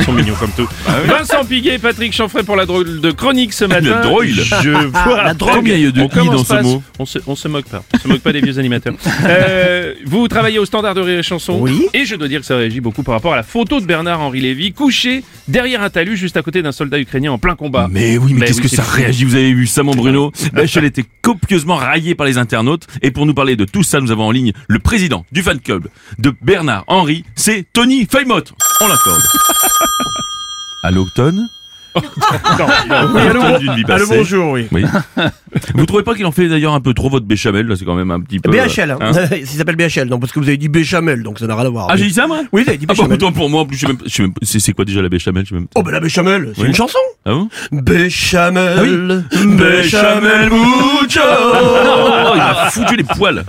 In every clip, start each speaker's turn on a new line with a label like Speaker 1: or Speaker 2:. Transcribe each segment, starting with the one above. Speaker 1: Ils sont mignons comme tout.
Speaker 2: Bah, Vincent Piguet et Patrick Chanfray pour la drôle de chronique ce matin.
Speaker 1: Le drôle.
Speaker 2: Je
Speaker 3: Ah,
Speaker 2: Ah,
Speaker 1: La drôle. Combien il y a de i
Speaker 2: commence
Speaker 1: dans ce
Speaker 2: pas-
Speaker 1: mot
Speaker 2: on se, on se moque pas. On se moque pas des vieux animateurs. Euh, vous travaillez au standard de rire et chanson.
Speaker 4: Oui.
Speaker 2: Et je dois dire que ça réagit beaucoup par rapport à la photo de Bernard-Henri Lévy couché derrière un talus juste à côté d'un soldat ukrainien en plein combat.
Speaker 1: Mais oui, mais
Speaker 2: Bah
Speaker 1: qu'est-ce
Speaker 2: oui,
Speaker 1: que
Speaker 2: c'est
Speaker 1: ça
Speaker 2: tout.
Speaker 1: réagit Vous avez vu ça, mon Bruno Bachel était copieusement raillé par les internautes. Et pour nous parler de tout ça, nous avons en ligne le président du fan club de Bernard Henry, c'est Tony Feymotte. On l'accorde. Allô, Ton
Speaker 2: Oui, allô,
Speaker 1: Ton d'une vie
Speaker 2: allô,
Speaker 1: passée.
Speaker 2: bonjour, oui.
Speaker 1: Oui. Vous trouvez pas qu'il en fait d'ailleurs un peu trop votre béchamel Là, c'est quand même un petit peu. euh,
Speaker 3: BHL, hein.
Speaker 1: hein
Speaker 3: il s'appelle BHL, non, parce que vous avez dit Béchamel, donc ça n'a rien à voir.
Speaker 1: Ah,
Speaker 3: Mais-
Speaker 1: j'ai dit ça, moi
Speaker 3: Oui, vous avez dit
Speaker 1: Ah, bah,
Speaker 3: Béchamel.
Speaker 1: autant pour moi, en plus, je sais même, je sais même- c'est c'est quoi déjà la béchamel je sais même...
Speaker 3: oh, ben la Béchamel, c'est
Speaker 1: Oui.
Speaker 3: une chanson.
Speaker 1: Ah bon
Speaker 3: Béchamel,
Speaker 1: Béchamel Mucho Ah, Il
Speaker 2: Ah.
Speaker 1: m'a foutu les poils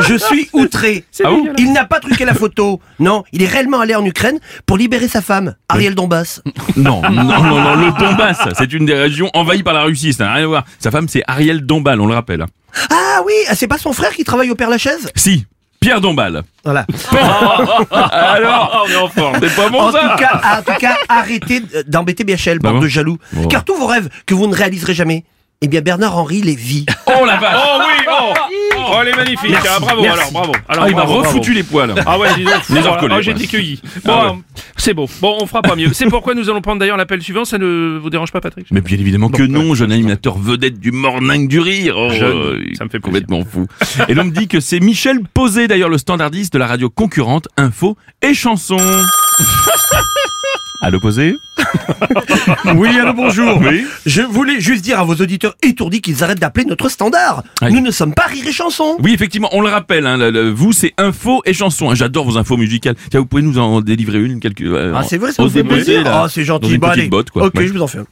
Speaker 3: Je suis outré.
Speaker 1: Ah bon
Speaker 3: il n'a pas truqué la photo. Non, il est réellement allé en Ukraine pour libérer sa femme, Ariel Dombas.
Speaker 1: Non, non, non, non, le Donbass, c'est une des régions envahies par la Russie, ça n'a rien à voir. Sa femme, c'est Ariel Dombal, on le rappelle. hein.
Speaker 3: Ah oui, ah, c'est pas son frère qui travaille au Père Lachaise
Speaker 1: Si, Pierre Dombal.
Speaker 3: Voilà.
Speaker 2: Ah,
Speaker 1: Alors, on est en forme. C'est pas
Speaker 3: En
Speaker 1: bon,
Speaker 3: tout,
Speaker 1: ça
Speaker 3: cas, en tout cas, arrêtez d'embêter BHL,
Speaker 1: Bah
Speaker 3: bande
Speaker 1: bon
Speaker 3: de jaloux.
Speaker 1: Bon.
Speaker 3: Car tous vos rêves que vous ne réaliserez jamais, eh bien Bernard-Henri les vit.
Speaker 1: Oh la vache
Speaker 2: Oh oui, oh, oh, elle est magnifique. Ah, bravo, alors, bravo. Alors,
Speaker 1: Ah, il m'a
Speaker 2: bravo, bravo.
Speaker 1: refoutu les poils.
Speaker 2: Ah ouais, dis donc.
Speaker 1: Les
Speaker 2: Ah,
Speaker 1: encollés,
Speaker 2: ah, j'ai
Speaker 1: ouais.
Speaker 2: été cueilli. Bon,
Speaker 1: Ah ouais.
Speaker 2: euh, c'est beau. Bon, on fera pas mieux. C'est pourquoi nous allons prendre d'ailleurs l'appel suivant. Ça ne vous dérange pas, Patrick
Speaker 1: Mais bien évidemment que non, jeune animateur vedette du morning du rire. Oh,
Speaker 2: Jeune,
Speaker 1: euh,
Speaker 2: ça me fait plaisir.
Speaker 1: complètement fou. Et l'on me dit que c'est Michel Posé, d'ailleurs le standardiste de la radio concurrente Info et Chanson. Allô Posé
Speaker 3: Oui, allô, bonjour.
Speaker 1: Oui.
Speaker 3: Je voulais juste dire à vos auditeurs étourdis qu'ils arrêtent d'appeler notre standard.
Speaker 1: Aïe.
Speaker 3: Nous ne sommes pas rire et chanson.
Speaker 1: Oui, effectivement, on le rappelle, hein, le- le- vous c'est Info et Chanson. hein. J'adore vos infos musicales. Tiens, vous pouvez nous en délivrer une quelques. euh,
Speaker 3: Ah, c'est vrai, ça
Speaker 1: en-
Speaker 3: vous fait
Speaker 1: osez poser,
Speaker 3: plaisir.
Speaker 1: là.
Speaker 3: Ah, c'est
Speaker 1: Dans
Speaker 3: gentil.
Speaker 1: une
Speaker 3: Bon,
Speaker 1: petite
Speaker 3: allez.
Speaker 1: botte, quoi.
Speaker 3: Ok,
Speaker 1: Ouais.
Speaker 3: je vous en fais un.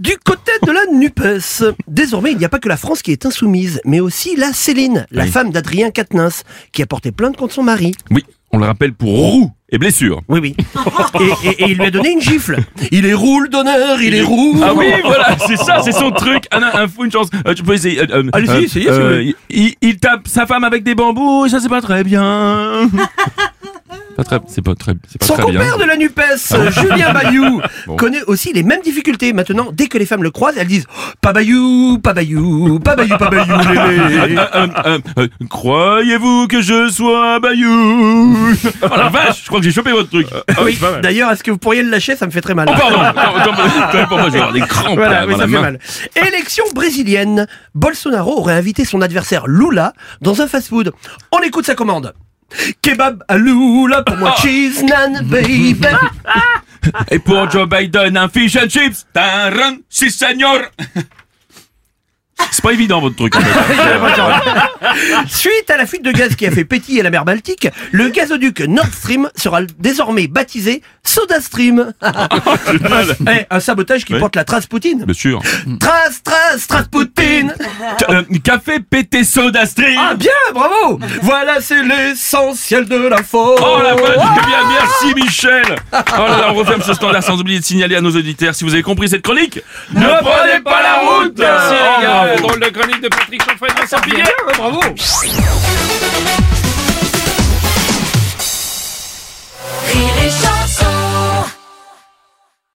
Speaker 3: Du côté de la NUPES, désormais, il n'y a pas que la France qui est insoumise, mais aussi la Céline, la
Speaker 1: Oui.
Speaker 3: femme d'Adrien Quatennens, qui a porté plainte contre son mari.
Speaker 1: Oui, on le rappelle pour roux et blessure.
Speaker 3: Oui, oui. Et, et- et il lui a donné une gifle. Il est roule d'honneur, il est roule.
Speaker 1: Ah oui, voilà, c'est ça, c'est son truc. Un, un fou, une chance. Euh, tu peux essayer. euh, euh,
Speaker 3: Allez-y,
Speaker 1: euh,
Speaker 3: essayez, si vous
Speaker 1: euh,
Speaker 3: voulez.
Speaker 1: il, il tape sa femme avec des bambous et ça, c'est pas très bien. pas très, c'est pas très, c'est pas
Speaker 3: Son
Speaker 1: très bien. Ah
Speaker 3: compère de la NUPES, euh, Julien Bayou,
Speaker 1: Bon.
Speaker 3: connaît aussi les mêmes difficultés. Maintenant, dès que les femmes le croisent, elles disent « Pas Bayou, pas Bayou, pas Bayou, pas Bayou, lélé.
Speaker 1: Euh, euh, euh, euh, Croyez-vous que je sois Bayou Oh la vache, je crois que j'ai chopé votre truc. Oh,
Speaker 3: Oui, d'ailleurs, est-ce que vous pourriez le lâcher Ça me fait très mal.
Speaker 1: pardon, attends, attends, attends, pour moi, je vais avoir des crampes là,
Speaker 3: Voilà, oui,
Speaker 1: dans
Speaker 3: ça
Speaker 1: la
Speaker 3: fait
Speaker 1: main.
Speaker 3: mal. Élection brésilienne. Bolsonaro aurait invité son adversaire Lula dans un fast-food. On écoute sa commande. Kebab à Lula pour moi, cheese nan baby.
Speaker 1: Et pour Joe Biden, un fish and chips, t'as un run, si senior. C'est pas évident votre truc. en fait.
Speaker 3: Suite à la fuite de gaz qui a fait pétiller la mer Baltique, le gazoduc Nord Stream sera désormais baptisé Soda Stream. Eh, un sabotage qui
Speaker 1: Oui.
Speaker 3: porte la trace Poutine.
Speaker 1: Bien sûr.
Speaker 3: Trace, trace, trace Poutine.
Speaker 1: Euh, café pété soda stream.
Speaker 3: Ah bien, bravo. Voilà, c'est l'essentiel de l'info.
Speaker 1: Oh la bonne bien, merci Michel Oh là là, on referme ce standard sans oublier de signaler à nos auditeurs si vous avez compris cette chronique, ne prenez pas la route
Speaker 2: Merci,
Speaker 1: Oh,
Speaker 2: les gars.
Speaker 1: bravo.
Speaker 2: Drôle de chronique de Patrick Chanfray et Vincent Piguet.
Speaker 3: bravo.
Speaker 5: Rire et chanson